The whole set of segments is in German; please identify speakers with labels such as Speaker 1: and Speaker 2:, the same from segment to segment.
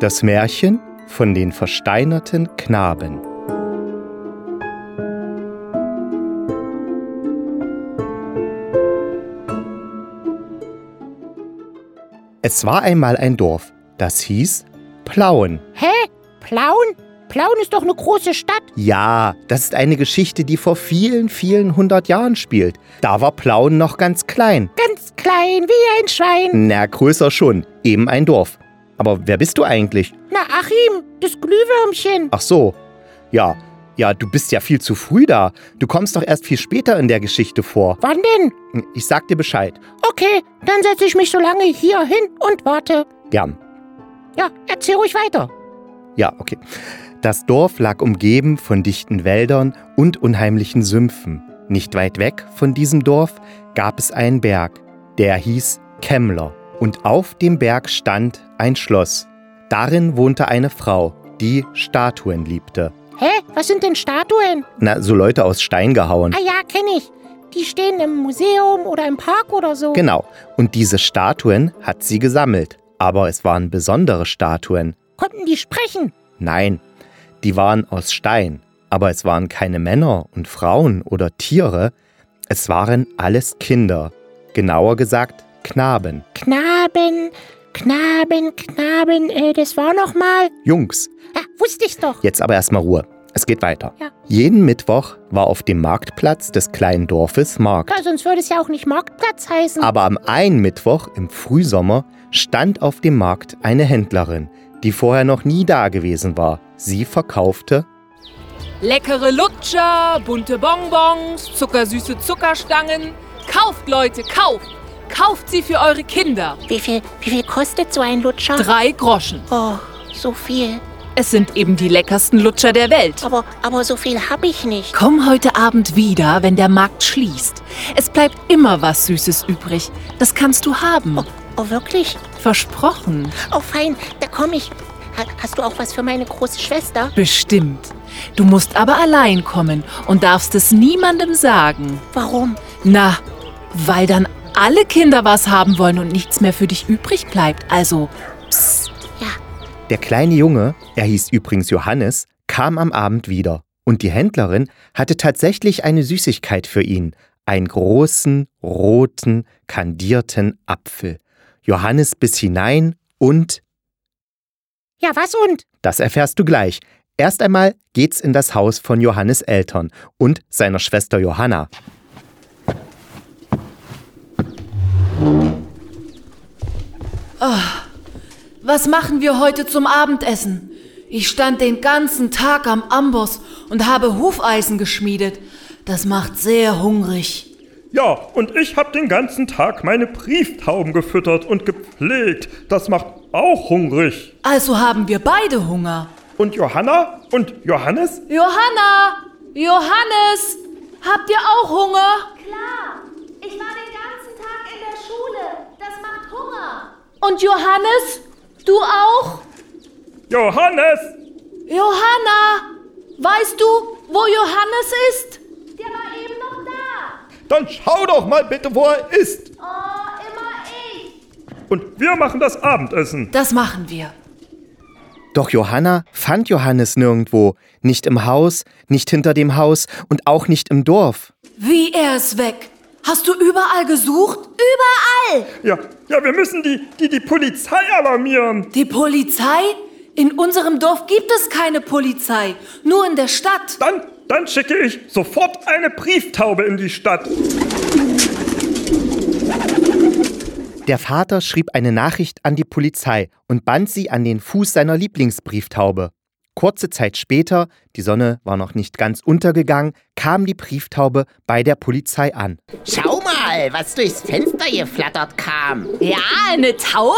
Speaker 1: Das Märchen von den versteinerten Knaben. Es war einmal ein Dorf, das hieß Plauen.
Speaker 2: Hä? Plauen? Plauen ist doch eine große Stadt.
Speaker 1: Ja, das ist eine Geschichte, die vor vielen, vielen hundert Jahren spielt. Da war Plauen noch ganz klein.
Speaker 2: Ganz klein, wie ein Schwein.
Speaker 1: Na, größer schon, eben ein Dorf. Aber wer bist du eigentlich?
Speaker 2: Na, Achim, das Glühwürmchen.
Speaker 1: Ach so. Ja, ja, du bist ja viel zu früh da. Du kommst doch erst viel später in der Geschichte vor.
Speaker 2: Wann denn?
Speaker 1: Ich sag dir Bescheid.
Speaker 2: Okay, dann setze ich mich so lange hier hin und warte.
Speaker 1: Gern.
Speaker 2: Ja, erzähl ruhig weiter.
Speaker 1: Ja, okay. Das Dorf lag umgeben von dichten Wäldern und unheimlichen Sümpfen. Nicht weit weg von diesem Dorf gab es einen Berg, der hieß Kemmler. Und auf dem Berg stand ein Schloss. Darin wohnte eine Frau, die Statuen liebte.
Speaker 2: Hä? Was sind denn Statuen?
Speaker 1: Na, so Leute aus Stein gehauen.
Speaker 2: Ah ja, kenne ich. Die stehen im Museum oder im Park oder so.
Speaker 1: Genau. Und diese Statuen hat sie gesammelt. Aber es waren besondere Statuen.
Speaker 2: Konnten die sprechen?
Speaker 1: Nein, die waren aus Stein. Aber es waren keine Männer und Frauen oder Tiere. Es waren alles Kinder. Genauer gesagt, Knaben.
Speaker 2: Knaben, Knaben, Knaben. Äh, das war noch mal.
Speaker 1: Jungs.
Speaker 2: Ah, wusste ich's doch.
Speaker 1: Jetzt aber erstmal Ruhe. Es geht weiter.
Speaker 2: Ja.
Speaker 1: Jeden Mittwoch war auf dem Marktplatz des kleinen Dorfes Markt.
Speaker 2: Ja, sonst würde es ja auch nicht Marktplatz heißen.
Speaker 1: Aber am einen Mittwoch im Frühsommer stand auf dem Markt eine Händlerin, die vorher noch nie da gewesen war. Sie verkaufte
Speaker 3: Leckere Lutscher, bunte Bonbons, zuckersüße Zuckerstangen. Kauft, Leute, kauft! Kauft sie für eure Kinder.
Speaker 2: Wie viel, wie viel kostet so ein Lutscher?
Speaker 3: Drei Groschen.
Speaker 2: Oh, so viel.
Speaker 3: Es sind eben die leckersten Lutscher der Welt.
Speaker 2: Aber, aber so viel habe ich nicht.
Speaker 3: Komm heute Abend wieder, wenn der Markt schließt. Es bleibt immer was Süßes übrig. Das kannst du haben.
Speaker 2: Oh, wirklich?
Speaker 3: Versprochen.
Speaker 2: Oh, fein, da komme ich. Ha, hast du auch was für meine große Schwester?
Speaker 3: Bestimmt. Du musst aber allein kommen und darfst es niemandem sagen.
Speaker 2: Warum?
Speaker 3: Na, weil dann alle Kinder was haben wollen und nichts mehr für dich übrig bleibt. Also,
Speaker 2: Ja,
Speaker 1: Der kleine Junge, er hieß übrigens Johannes, kam am Abend wieder. Und die Händlerin hatte tatsächlich eine Süßigkeit für ihn. Einen großen, roten, kandierten Apfel. Johannes biss hinein und,
Speaker 2: ja, was und?
Speaker 1: das erfährst du gleich. Erst einmal geht's in das Haus von Johannes Eltern und seiner Schwester Johanna.
Speaker 4: Was machen wir heute zum Abendessen? Ich stand den ganzen Tag am Amboss und habe Hufeisen geschmiedet. Das macht sehr hungrig.
Speaker 5: Ja, und ich hab den ganzen Tag meine Brieftauben gefüttert und gepflegt. Das macht auch hungrig.
Speaker 4: Also haben wir beide Hunger.
Speaker 5: Und Johanna und Johannes?
Speaker 4: Johanna! Johannes! Habt ihr auch Hunger?
Speaker 6: Klar, ich war den ganzen Tag in der Schule. Das macht Hunger.
Speaker 4: Und Johannes? Du auch?
Speaker 5: Johannes!
Speaker 4: Johanna! Weißt du, wo Johannes ist?
Speaker 6: Der war eben noch da.
Speaker 5: Dann schau doch mal bitte, wo er ist.
Speaker 6: Oh, immer ich.
Speaker 5: Und wir machen das Abendessen.
Speaker 4: Das machen wir.
Speaker 1: Doch Johanna fand Johannes nirgendwo. Nicht im Haus, nicht hinter dem Haus und auch nicht im Dorf.
Speaker 4: Wie er ist weg. Hast du überall gesucht? Überall!
Speaker 5: Ja, ja, wir müssen die, die, die Polizei alarmieren.
Speaker 4: Die Polizei? In unserem Dorf gibt es keine Polizei, nur in der Stadt.
Speaker 5: Dann, dann schicke ich sofort eine Brieftaube in die Stadt.
Speaker 1: Der Vater schrieb eine Nachricht an die Polizei und band sie an den Fuß seiner Lieblingsbrieftaube. Kurze Zeit später, die Sonne war noch nicht ganz untergegangen, kam die Brieftaube bei der Polizei an.
Speaker 7: Schau mal, was durchs Fenster geflattert kam.
Speaker 8: Ja, eine Taube.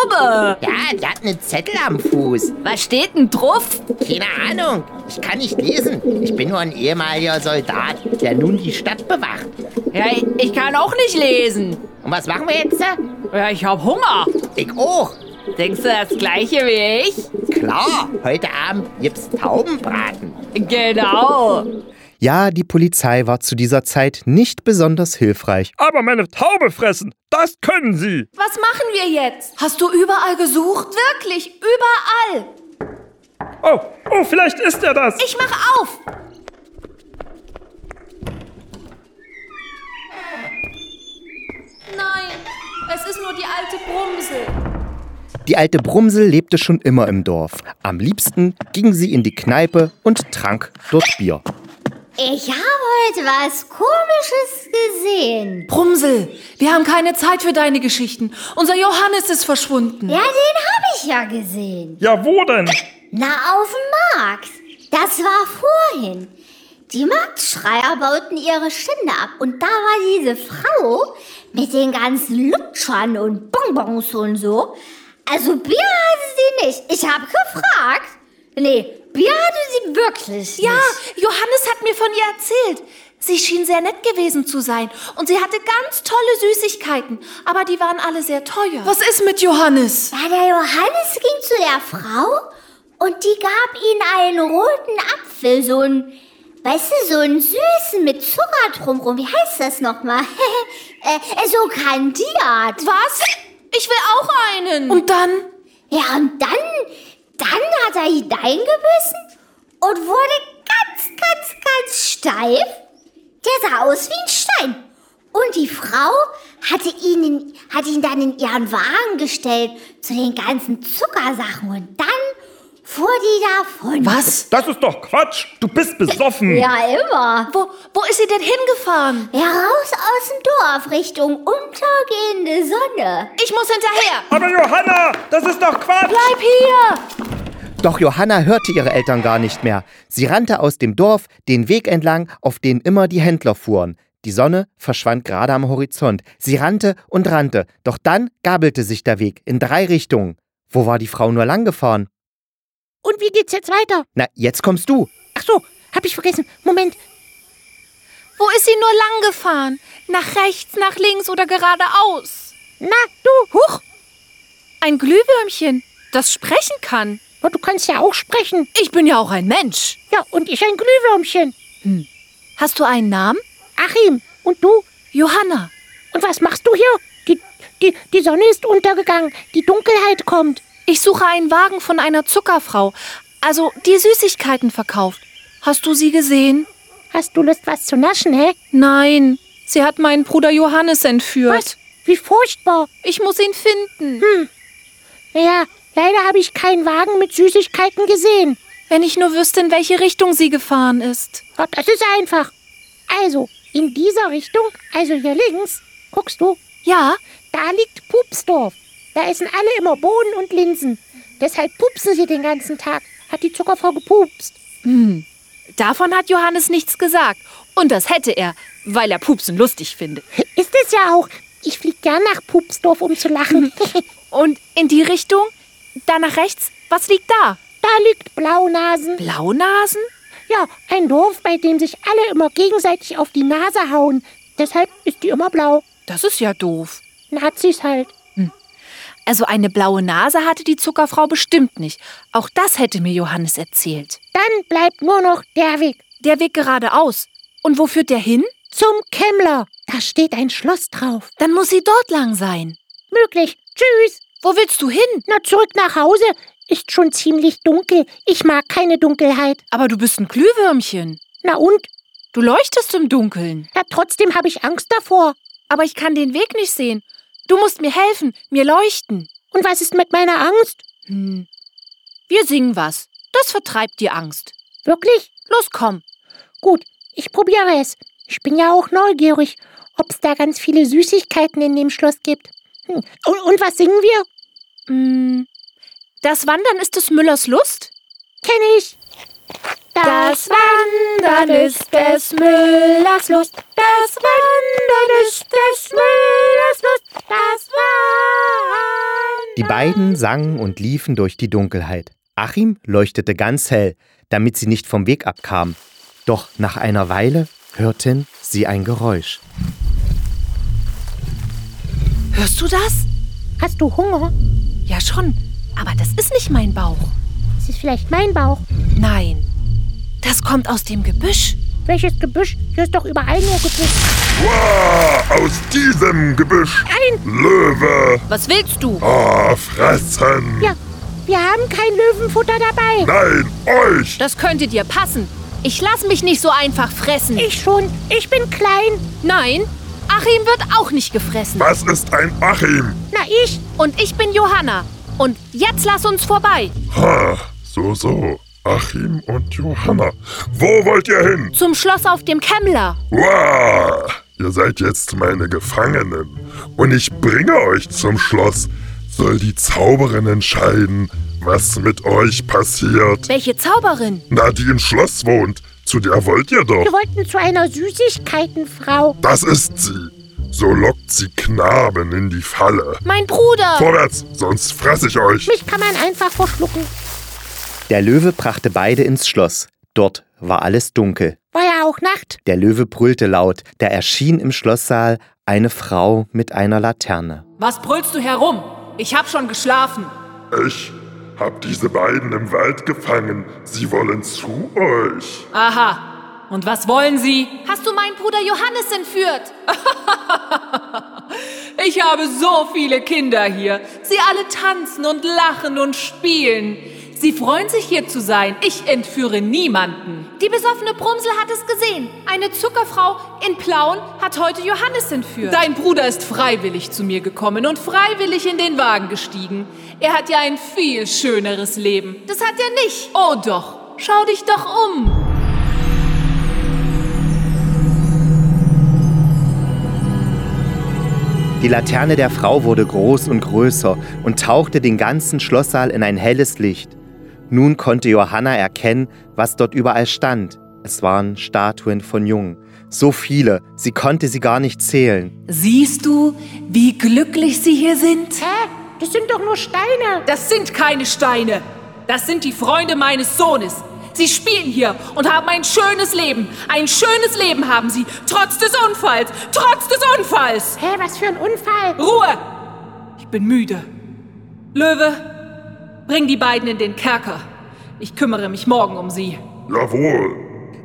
Speaker 7: Ja, die hat einen Zettel am Fuß.
Speaker 8: Was steht denn drauf?
Speaker 7: Keine Ahnung, ich kann nicht lesen. Ich bin nur ein ehemaliger Soldat, der nun die Stadt bewacht.
Speaker 8: Ja, ich, ich kann auch nicht lesen.
Speaker 7: Und was machen wir jetzt? äh?
Speaker 8: Ja, ich hab Hunger.
Speaker 7: Ich auch.
Speaker 8: Denkst du das gleiche wie ich?
Speaker 7: Klar, heute Abend gibt's Taubenbraten.
Speaker 8: Genau.
Speaker 1: Ja, die Polizei war zu dieser Zeit nicht besonders hilfreich.
Speaker 5: Aber meine Taube fressen, das können sie.
Speaker 4: Was machen wir jetzt? Hast du überall gesucht? Wirklich, überall.
Speaker 5: Oh, oh, vielleicht ist er das.
Speaker 9: Ich mache auf! Nein, es ist nur die alte Brumsel.
Speaker 1: Die alte Brumsel lebte schon immer im Dorf. Am liebsten ging sie in die Kneipe und trank dort Bier.
Speaker 10: Ich habe heute was Komisches gesehen.
Speaker 11: Brumsel, wir haben keine Zeit für deine Geschichten. Unser Johannes ist verschwunden.
Speaker 10: Ja, den habe ich ja gesehen.
Speaker 5: Ja, wo denn?
Speaker 10: Na, auf dem Markt. Das war vorhin. Die Marktschreier bauten ihre Stände ab und da war diese Frau mit den ganzen Lutschern und Bonbons und so. Also Bier hatte sie nicht. Ich habe gefragt. Nee, Bier hatte sie wirklich
Speaker 2: Ja,
Speaker 10: nicht.
Speaker 2: Johannes hat mir von ihr erzählt. Sie schien sehr nett gewesen zu sein und sie hatte ganz tolle Süßigkeiten, aber die waren alle sehr teuer.
Speaker 11: Was ist mit Johannes?
Speaker 10: Ja, der Johannes ging zu der Frau und die gab ihm einen roten Apfel, so einen, weißt du, so einen süßen mit Zucker drumrum. Wie heißt das nochmal? äh, so kandiert.
Speaker 2: Was? Ich will auch einen.
Speaker 11: Und dann?
Speaker 10: Ja, und dann, dann hat er hineingebissen und wurde ganz, ganz, ganz steif. Der sah aus wie ein Stein. Und die Frau hatte ihn, in, hat ihn dann in ihren Wagen gestellt zu den ganzen Zuckersachen. Und dann fuhr die davon.
Speaker 11: Was?
Speaker 5: Das ist doch Quatsch. Du bist besoffen.
Speaker 10: Ja, immer.
Speaker 2: wo, wo ist sie denn hingefahren?
Speaker 10: Ja, raus aus dem Dorf Richtung untergehende Sonne.
Speaker 2: Ich muss hinterher.
Speaker 5: Aber Johanna, das ist doch Quatsch.
Speaker 2: Bleib hier.
Speaker 1: Doch Johanna hörte ihre Eltern gar nicht mehr. Sie rannte aus dem Dorf den Weg entlang, auf den immer die Händler fuhren. Die Sonne verschwand gerade am Horizont. Sie rannte und rannte, doch dann gabelte sich der Weg in drei Richtungen. Wo war die Frau nur lang gefahren?
Speaker 2: Und wie geht's jetzt weiter?
Speaker 1: Na, jetzt kommst du.
Speaker 2: Ach so, hab ich vergessen. Moment. Wo ist sie nur lang gefahren? Nach rechts, nach links oder geradeaus?
Speaker 3: Na, du, huch! Ein Glühwürmchen, das sprechen kann.
Speaker 2: Aber Oh, du kannst ja auch sprechen.
Speaker 3: Ich bin ja auch ein Mensch.
Speaker 2: Ja, und ich ein Glühwürmchen.
Speaker 3: Hast du einen Namen?
Speaker 2: Achim, und du?
Speaker 3: Johanna.
Speaker 2: Und was machst du hier? Die, die, die Sonne ist untergegangen. Die Dunkelheit kommt.
Speaker 3: Ich suche einen Wagen von einer Zuckerfrau, also die Süßigkeiten verkauft. Hast du sie gesehen?
Speaker 2: Hast du Lust, was zu naschen, hä?
Speaker 3: Nein, sie hat meinen Bruder Johannes entführt.
Speaker 2: Was? Wie furchtbar.
Speaker 3: Ich muss ihn finden.
Speaker 2: Naja, leider habe ich keinen Wagen mit Süßigkeiten gesehen.
Speaker 3: Wenn ich nur wüsste, in welche Richtung sie gefahren ist.
Speaker 2: Ja, das ist einfach. Also, in dieser Richtung, also hier links, guckst du,
Speaker 3: Ja,
Speaker 2: da liegt Pupsdorf. Da essen alle immer Bohnen und Linsen. Deshalb pupsen sie den ganzen Tag. Hat die Zuckerfrau gepupst.
Speaker 3: davon hat Johannes nichts gesagt. Und das hätte er, weil er Pupsen lustig findet.
Speaker 2: Ist es ja auch. Ich flieg gern nach Pupsdorf, um zu lachen.
Speaker 3: Und in die Richtung, da nach rechts, was liegt da?
Speaker 2: da liegt Blaunasen.
Speaker 3: Blaunasen?
Speaker 2: Ja, ein Dorf, bei dem sich alle immer gegenseitig auf die Nase hauen. Deshalb ist die immer blau.
Speaker 3: Das ist ja doof.
Speaker 2: Nazis halt.
Speaker 3: Also eine blaue Nase hatte die Zuckerfrau bestimmt nicht. Auch das hätte mir Johannes erzählt.
Speaker 2: Dann bleibt nur noch der Weg
Speaker 3: Der Weg geradeaus. Und wo führt der hin?
Speaker 2: zum Kemmler. Da steht ein Schloss drauf.
Speaker 3: Dann muss sie dort lang sein.
Speaker 2: Möglich. Tschüss.
Speaker 3: Wo willst du hin?
Speaker 2: Na, zurück nach Hause. Ist schon ziemlich dunkel. Ich mag keine Dunkelheit.
Speaker 3: Aber du bist ein Glühwürmchen.
Speaker 2: Na und?
Speaker 3: Du leuchtest im Dunkeln.
Speaker 2: Na, trotzdem habe ich Angst davor.
Speaker 3: Aber ich kann den Weg nicht sehen. Du musst mir helfen, mir leuchten.
Speaker 2: Und was ist mit meiner Angst?
Speaker 3: Hm. Wir singen was. Das vertreibt die Angst.
Speaker 2: Wirklich?
Speaker 3: Los, komm.
Speaker 2: Gut, ich probiere es. Ich bin ja auch neugierig, ob es da ganz viele Süßigkeiten in dem Schloss gibt. Hm. Und, und was singen wir?
Speaker 3: Hm. Das Wandern ist des Müllers Lust?
Speaker 2: Kenn ich.
Speaker 3: Das Wandern ist des
Speaker 2: Müllers Lust. Das Wandern ist des Müllers Lust. Das Wandern.
Speaker 1: Die beiden sangen und liefen durch die Dunkelheit. Achim leuchtete ganz hell, damit sie nicht vom Weg abkam. Doch nach einer Weile hörten sie ein Geräusch.
Speaker 3: Hörst du das?
Speaker 2: Hast du Hunger?
Speaker 3: Ja schon, aber das ist nicht mein Bauch.
Speaker 2: Das ist vielleicht mein Bauch.
Speaker 3: Nein, das kommt aus dem Gebüsch.
Speaker 2: Welches Gebüsch? Hier ist doch überall nur Gebüsch.
Speaker 12: Aus diesem Gebüsch. Ein Löwe.
Speaker 3: Was willst du?
Speaker 12: Ah, fressen.
Speaker 2: Ja, Wir haben kein Löwenfutter dabei.
Speaker 13: Nein, euch!
Speaker 8: Das könnte dir passen. Ich lass mich nicht so einfach fressen.
Speaker 2: Ich schon. Ich bin klein.
Speaker 8: Nein, Achim wird auch nicht gefressen.
Speaker 13: Was ist ein Achim?
Speaker 2: Na, ich.
Speaker 8: Und ich bin Johanna. Und jetzt lass uns vorbei.
Speaker 13: Ha, so, so. Achim und Johanna. Wo wollt ihr hin?
Speaker 8: Zum Schloss auf dem Kemmler.
Speaker 13: Wow! Ihr seid jetzt meine Gefangenen. Und ich bringe euch zum Schloss. Soll die Zauberin entscheiden, was mit euch passiert?
Speaker 8: Welche Zauberin?
Speaker 13: Na, die im Schloss wohnt. Zu der wollt ihr doch.
Speaker 2: Wir wollten zu einer Süßigkeitenfrau.
Speaker 13: Das ist sie. So lockt sie Knaben in die Falle.
Speaker 8: Mein Bruder!
Speaker 13: Vorwärts, sonst fress ich euch.
Speaker 2: Mich kann man einfach verschlucken.
Speaker 1: Der Löwe brachte beide ins Schloss. Dort war alles dunkel.
Speaker 2: War ja auch Nacht.
Speaker 1: Der Löwe brüllte laut. Da erschien im Schlosssaal eine Frau mit einer Laterne.
Speaker 3: Was brüllst du herum? Ich hab schon geschlafen.
Speaker 13: Ich hab diese beiden im Wald gefangen. Sie wollen zu euch.
Speaker 3: Aha. Und was wollen sie?
Speaker 8: Hast du meinen Bruder Johannes entführt?
Speaker 3: Ich habe so viele Kinder hier. Sie alle tanzen und lachen und spielen. Sie freuen sich hier zu sein. Ich entführe niemanden.
Speaker 8: Die besoffene Brumsel hat es gesehen. Eine Zuckerfrau in Plauen hat heute Johannes entführt.
Speaker 3: Dein Bruder ist freiwillig zu mir gekommen und freiwillig in den Wagen gestiegen. Er hat ja ein viel schöneres Leben.
Speaker 8: Das hat er nicht.
Speaker 3: Oh doch, schau dich doch um.
Speaker 1: Die Laterne der Frau wurde groß und größer und tauchte den ganzen Schlosssaal in ein helles Licht. Nun konnte Johanna erkennen, was dort überall stand. Es waren Statuen von Jungen. So viele, sie konnte sie gar nicht zählen.
Speaker 4: Siehst du, wie glücklich sie hier sind?
Speaker 2: Hä? Das sind doch nur Oh, Steine.
Speaker 3: Das sind keine Steine. Das sind die Freunde meines Sohnes. Sie spielen hier und haben ein schönes Leben. Ein schönes Leben haben sie, trotz des Unfalls. Trotz des Unfalls.
Speaker 2: Hä, was für ein Unfall?
Speaker 3: Ruhe! Ich bin müde. Löwe, bring die beiden in den Kerker. Ich kümmere mich morgen um sie.
Speaker 13: Jawohl.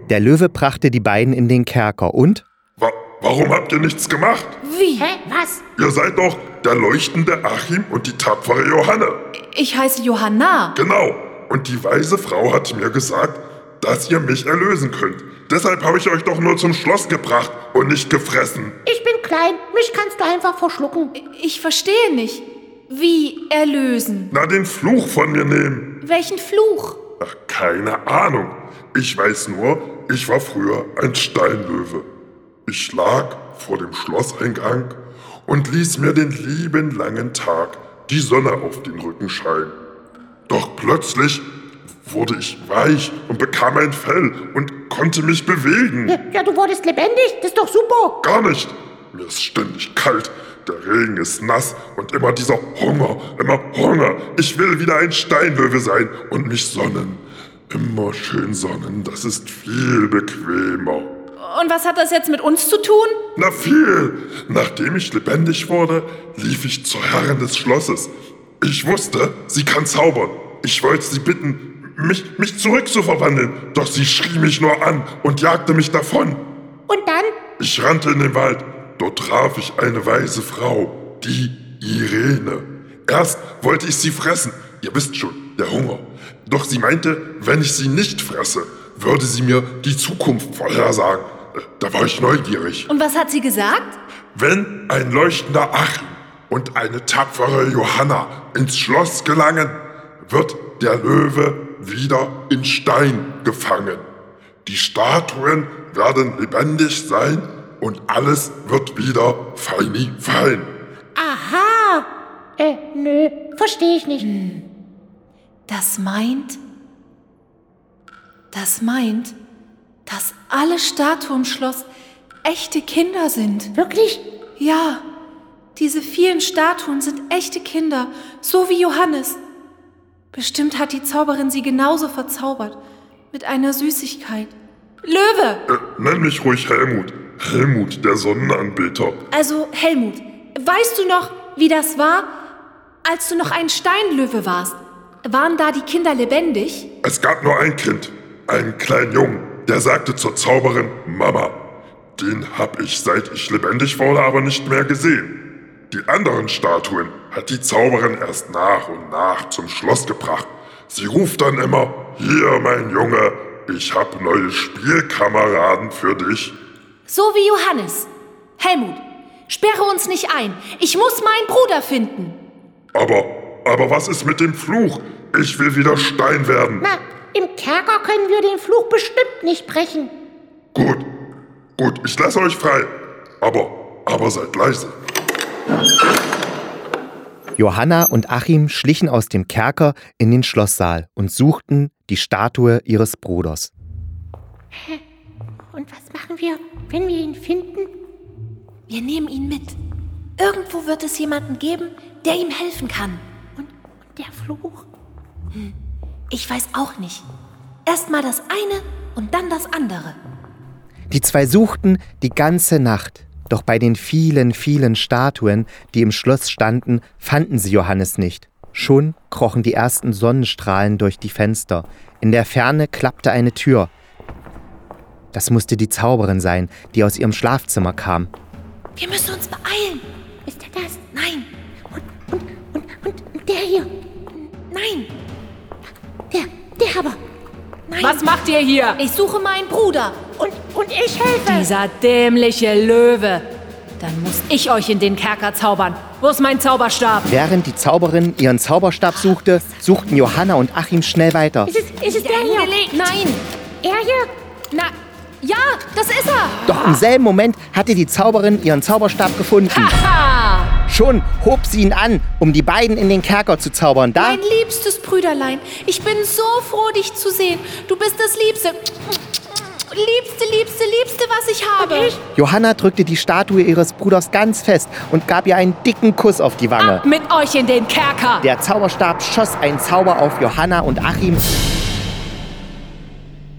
Speaker 1: Der Löwe brachte die beiden in den Kerker und
Speaker 13: Wa warum habt ihr nichts gemacht?
Speaker 2: Wie? Hä, was?
Speaker 13: Ihr seid doch der leuchtende Achim und die tapfere Johanne.
Speaker 4: Ich heiße Johanna.
Speaker 13: Genau. Und die weise Frau hat mir gesagt, dass ihr mich erlösen könnt. Deshalb habe ich euch doch nur zum Schloss gebracht und nicht gefressen.
Speaker 2: Ich bin klein. Mich kannst du einfach verschlucken.
Speaker 8: Ich verstehe nicht. Wie erlösen?
Speaker 13: Na, den Fluch von mir nehmen.
Speaker 8: Welchen Fluch?
Speaker 13: Ach, keine Ahnung. Ich weiß nur, ich war früher ein Steinlöwe. Ich lag vor dem Schlosseingang und ließ mir den lieben langen Tag die Sonne auf den Rücken scheinen. Doch plötzlich wurde ich weich und bekam ein Fell und konnte mich bewegen.
Speaker 2: Äh, Ja, du wurdest lebendig. Das ist doch super.
Speaker 13: Gar nicht. Mir ist ständig kalt. Der Regen ist nass und immer dieser Hunger, immer Hunger. Ich will wieder ein Steinlöwe sein und mich sonnen. Immer schön sonnen, das ist viel bequemer.
Speaker 8: Und was hat das jetzt mit uns zu tun?
Speaker 13: Na viel! Nachdem ich lebendig wurde, lief ich zur Herrin des Schlosses. Ich wusste, sie kann zaubern. Ich wollte sie bitten, mich, mich zurückzuverwandeln, doch sie schrie mich nur an und jagte mich davon.
Speaker 2: Und dann?
Speaker 13: Ich rannte in den Wald. Dort traf ich eine weise Frau, die Irene. Erst wollte ich sie fressen. Ihr wisst schon, der Hunger. Doch sie meinte, wenn ich sie nicht fresse, würde sie mir die Zukunft vorhersagen. Äh, Da war ich neugierig.
Speaker 8: Und was hat sie gesagt?
Speaker 13: Wenn ein leuchtender Achim und eine tapfere Johanna ins Schloss gelangen, wird der Löwe wieder in Stein gefangen. Die Statuen werden lebendig sein und alles wird wieder feini fein.
Speaker 2: Aha. Äh, nö. Verstehe ich nicht.
Speaker 4: Das meint, das meint, dass alle Statuen im Schloss echte Kinder sind.
Speaker 2: Wirklich?
Speaker 4: Ja, diese vielen Statuen sind echte Kinder, so wie Johannes. Bestimmt hat die Zauberin sie genauso verzaubert, mit einer Süßigkeit. Löwe!
Speaker 13: Äh, nenn mich ruhig Helmut. Helmut, der Sonnenanbeter.
Speaker 4: Also, Helmut, weißt du noch, wie das war, als du noch ein Steinlöwe warst? Waren da die Kinder lebendig?
Speaker 13: Es gab nur ein Kind, einen kleinen Jungen, der sagte zur Zauberin Mama. Den hab ich seit ich lebendig wurde aber nicht mehr gesehen. Die anderen Statuen hat die Zauberin erst nach und nach zum Schloss gebracht. Sie ruft dann immer, hier mein Junge, ich hab neue Spielkameraden für dich.
Speaker 8: So wie Johannes. Helmut, sperre uns nicht ein. Ich muss meinen Bruder finden.
Speaker 13: Aber, aber was ist mit dem Fluch? Ich will wieder Stein werden.
Speaker 2: Na, im Kerker können wir den Fluch bestimmt nicht brechen.
Speaker 13: Gut, gut, ich lasse euch frei. Aber, aber seid leise.
Speaker 1: Johanna und Achim schlichen aus dem Kerker in den Schlosssaal und suchten die Statue ihres Bruders.
Speaker 2: Und was machen wir, wenn wir ihn finden?
Speaker 8: Wir nehmen ihn mit. Irgendwo wird es jemanden geben, der ihm helfen kann.
Speaker 2: Und der Fluch?
Speaker 8: Ich weiß auch nicht. Erst mal das eine und dann das andere.
Speaker 1: Die zwei suchten die ganze Nacht, doch bei den vielen, vielen Statuen, die im Schloss standen, fanden sie Johannes nicht. Schon krochen die ersten Sonnenstrahlen durch die Fenster. In der Ferne klappte eine Tür. Das musste die Zauberin sein, die aus ihrem Schlafzimmer kam.
Speaker 8: Wir müssen uns beeilen.
Speaker 2: Ist er das?
Speaker 8: Nein,
Speaker 2: Und der hier?
Speaker 8: nein,
Speaker 2: Der, der aber.
Speaker 8: nein.
Speaker 3: Was macht ihr hier?
Speaker 8: Ich suche meinen Bruder.
Speaker 2: Und, und ich helfe.
Speaker 3: Dieser dämliche Löwe. Dann muss ich euch in den Kerker zaubern. Wo ist mein Zauberstab?
Speaker 1: Während die Zauberin ihren Zauberstab suchte, suchten Johanna und Achim schnell weiter.
Speaker 2: Ist es, ist es der hier?
Speaker 8: Hingelegt. Nein.
Speaker 2: Er hier?
Speaker 8: Na, ja, das ist er.
Speaker 1: Doch im selben Moment hatte die Zauberin ihren Zauberstab gefunden. Schon hob sie ihn an, um die beiden in den Kerker zu zaubern. Da
Speaker 8: Mein liebstes Brüderlein, ich bin so froh, dich zu sehen. Du bist das Liebste, liebste, liebste, liebste, was ich habe.
Speaker 1: Johanna drückte die Statue ihres Bruders ganz fest und gab ihr einen dicken Kuss auf die Wange.
Speaker 3: Mit euch in den Kerker.
Speaker 1: Der Zauberstab schoss einen Zauber auf Johanna und Achim,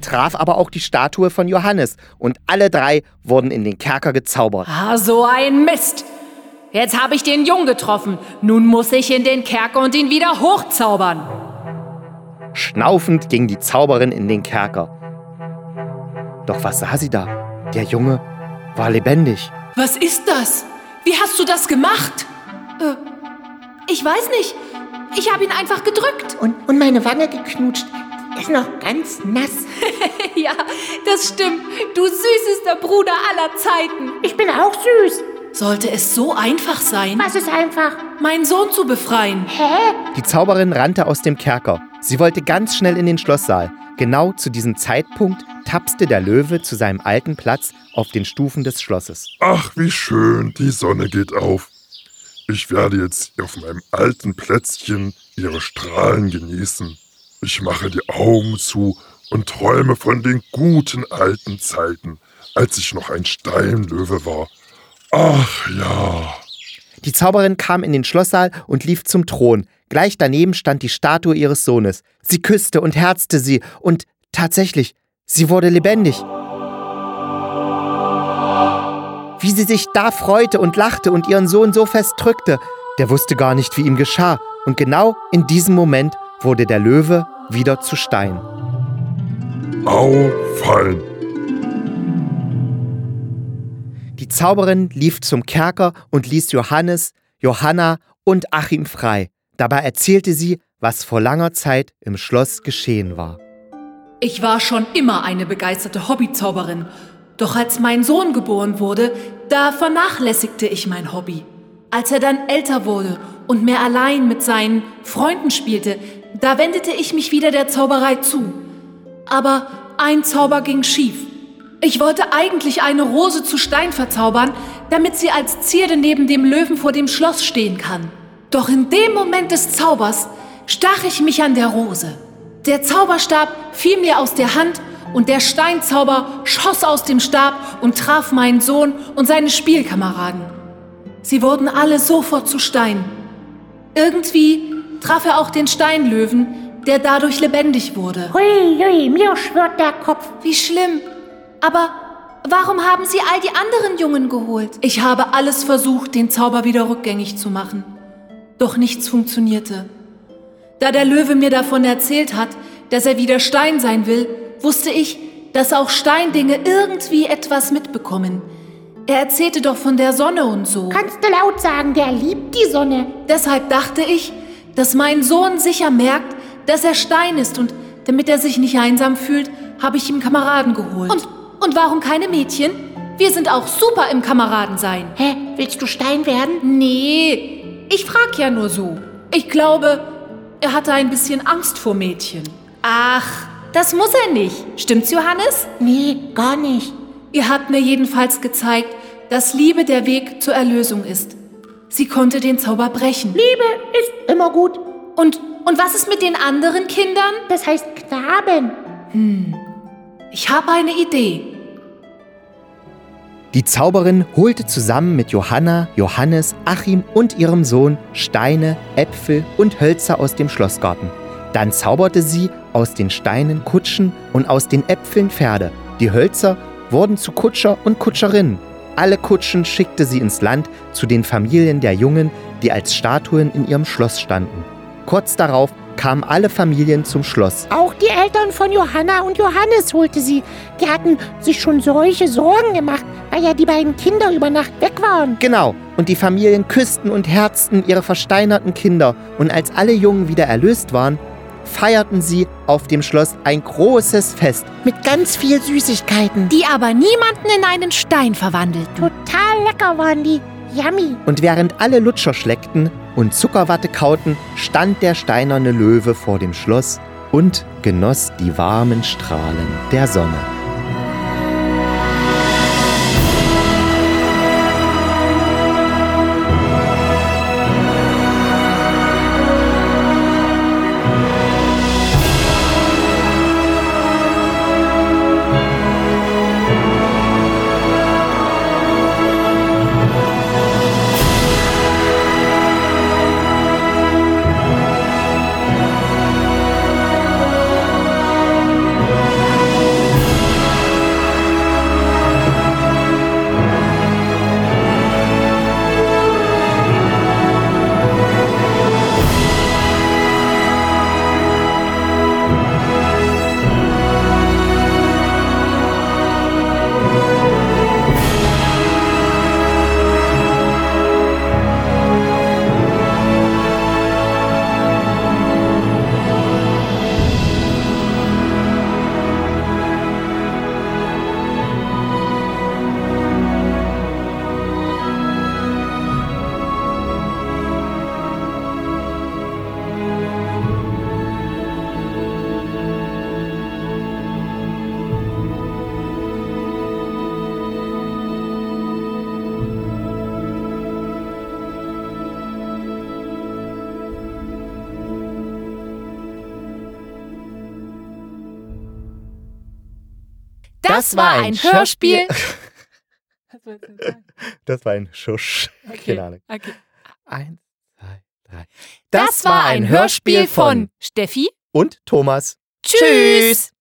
Speaker 1: traf aber auch die Statue von Johannes und alle drei wurden in den Kerker gezaubert.
Speaker 3: Ah, so ein Mist. Jetzt habe ich den Jungen getroffen. Nun muss ich in den Kerker und ihn wieder hochzaubern.
Speaker 1: Schnaufend ging die Zauberin in den Kerker. Doch was sah sie da? Der Junge war lebendig.
Speaker 3: Was ist das? Wie hast du das gemacht? Äh,
Speaker 8: Ich weiß nicht. Ich habe ihn einfach gedrückt.
Speaker 2: Und, und meine Wange geknutscht. Die Ist noch ganz nass.
Speaker 8: Ja, das stimmt. Du süßester Bruder aller Zeiten.
Speaker 2: Ich bin auch süß.
Speaker 3: Sollte es so einfach sein,
Speaker 2: Was ist einfach?
Speaker 3: meinen Sohn zu befreien?
Speaker 1: Die Zauberin rannte aus dem Kerker. Sie wollte ganz schnell in den Schlosssaal. Genau zu diesem Zeitpunkt tapste der Löwe zu seinem alten Platz auf den Stufen des Schlosses.
Speaker 13: Ach, wie schön, die Sonne geht auf. Ich werde jetzt auf meinem alten Plätzchen ihre Strahlen genießen. Ich mache die Augen zu und träume von den guten alten Zeiten, als ich noch ein Steinlöwe war. Ach ja.
Speaker 1: Die Zauberin kam in den Schlosssaal und lief zum Thron. Gleich daneben stand die Statue ihres Sohnes. Sie küsste und herzte sie und tatsächlich, sie wurde lebendig. Wie sie sich da freute und lachte und ihren Sohn so fest drückte, der wusste gar nicht, wie ihm geschah. Und genau in diesem Moment wurde der Löwe wieder zu Stein.
Speaker 13: Au, fein.
Speaker 1: Die Zauberin lief zum Kerker und ließ Johannes, Johanna und Achim frei. Dabei erzählte sie, was vor langer Zeit im Schloss geschehen war.
Speaker 3: Ich war schon immer eine begeisterte Hobbyzauberin. Doch als mein Sohn geboren wurde, da vernachlässigte ich mein Hobby. Als er dann älter wurde und mehr allein mit seinen Freunden spielte, da wendete ich mich wieder der Zauberei zu. Aber ein Zauber ging schief. Ich wollte eigentlich eine Rose zu Stein verzaubern, damit sie als Zierde neben dem Löwen vor dem Schloss stehen kann. Doch in dem Moment des Zaubers stach ich mich an der Rose. Der Zauberstab fiel mir aus der Hand und der Steinzauber schoss aus dem Stab und traf meinen Sohn und seine Spielkameraden. Sie wurden alle sofort zu Stein. Irgendwie traf er auch den Steinlöwen, der dadurch lebendig wurde.
Speaker 2: Hui, hui, mir schwört der Kopf.
Speaker 8: Wie schlimm. Aber warum haben Sie all die anderen Jungen geholt?
Speaker 3: Ich habe alles versucht, den Zauber wieder rückgängig zu machen. Doch nichts funktionierte. Da der Löwe mir davon erzählt hat, dass er wieder Stein sein will, wusste ich, dass auch Steindinge irgendwie etwas mitbekommen. Er erzählte doch von der Sonne und so.
Speaker 2: Kannst du laut sagen, der liebt die Sonne.
Speaker 3: Deshalb dachte ich, dass mein Sohn sicher merkt, dass er Stein ist und damit er sich nicht einsam fühlt, habe ich ihm Kameraden geholt.
Speaker 8: Und, und warum keine Mädchen? Wir sind auch super im Kameradensein.
Speaker 2: Hä? Willst du Stein werden?
Speaker 3: Nee, ich frag ja nur so. Ich glaube, er hatte ein bisschen Angst vor Mädchen.
Speaker 8: Ach, das muss er nicht. Stimmt's, Johannes?
Speaker 2: Nee, gar nicht.
Speaker 3: Ihr habt mir jedenfalls gezeigt, dass Liebe der Weg zur Erlösung ist. Sie konnte den Zauber brechen.
Speaker 2: Liebe ist immer gut.
Speaker 8: Und, und was ist mit den anderen Kindern?
Speaker 2: Das heißt Knaben.
Speaker 3: Hm, ich habe eine Idee.
Speaker 1: Die Zauberin holte zusammen mit Johanna, Johannes, Achim und ihrem Sohn Steine, Äpfel und Hölzer aus dem Schlossgarten. Dann zauberte sie aus den Steinen Kutschen und aus den Äpfeln Pferde. Die Hölzer wurden zu Kutscher und Kutscherinnen. Alle Kutschen schickte sie ins Land zu den Familien der Jungen, die als Statuen in ihrem Schloss standen. Kurz darauf kamen alle Familien zum Schloss.
Speaker 2: Auch die Eltern von Johanna und Johannes holte sie. Die hatten sich schon solche Sorgen gemacht, weil ja die beiden Kinder über Nacht weg waren.
Speaker 1: Genau, und die Familien küssten und herzten ihre versteinerten Kinder. Und als alle Jungen wieder erlöst waren, feierten sie auf dem Schloss ein großes Fest
Speaker 2: mit ganz viel Süßigkeiten,
Speaker 8: die aber niemanden in einen Stein verwandelten.
Speaker 2: Total lecker waren die. Yummy.
Speaker 1: Und während alle Lutscher schleckten und Zuckerwatte kauten, stand der steinerne Löwe vor dem Schloss und genoss die warmen Strahlen der Sonne.
Speaker 8: Das war ein Hörspiel.
Speaker 1: Das war ein Genau. Schusch.
Speaker 3: Okay. okay.
Speaker 1: Eins, zwei, drei.
Speaker 8: Das war ein Hörspiel von Steffi
Speaker 1: und Thomas.
Speaker 8: Tschüss.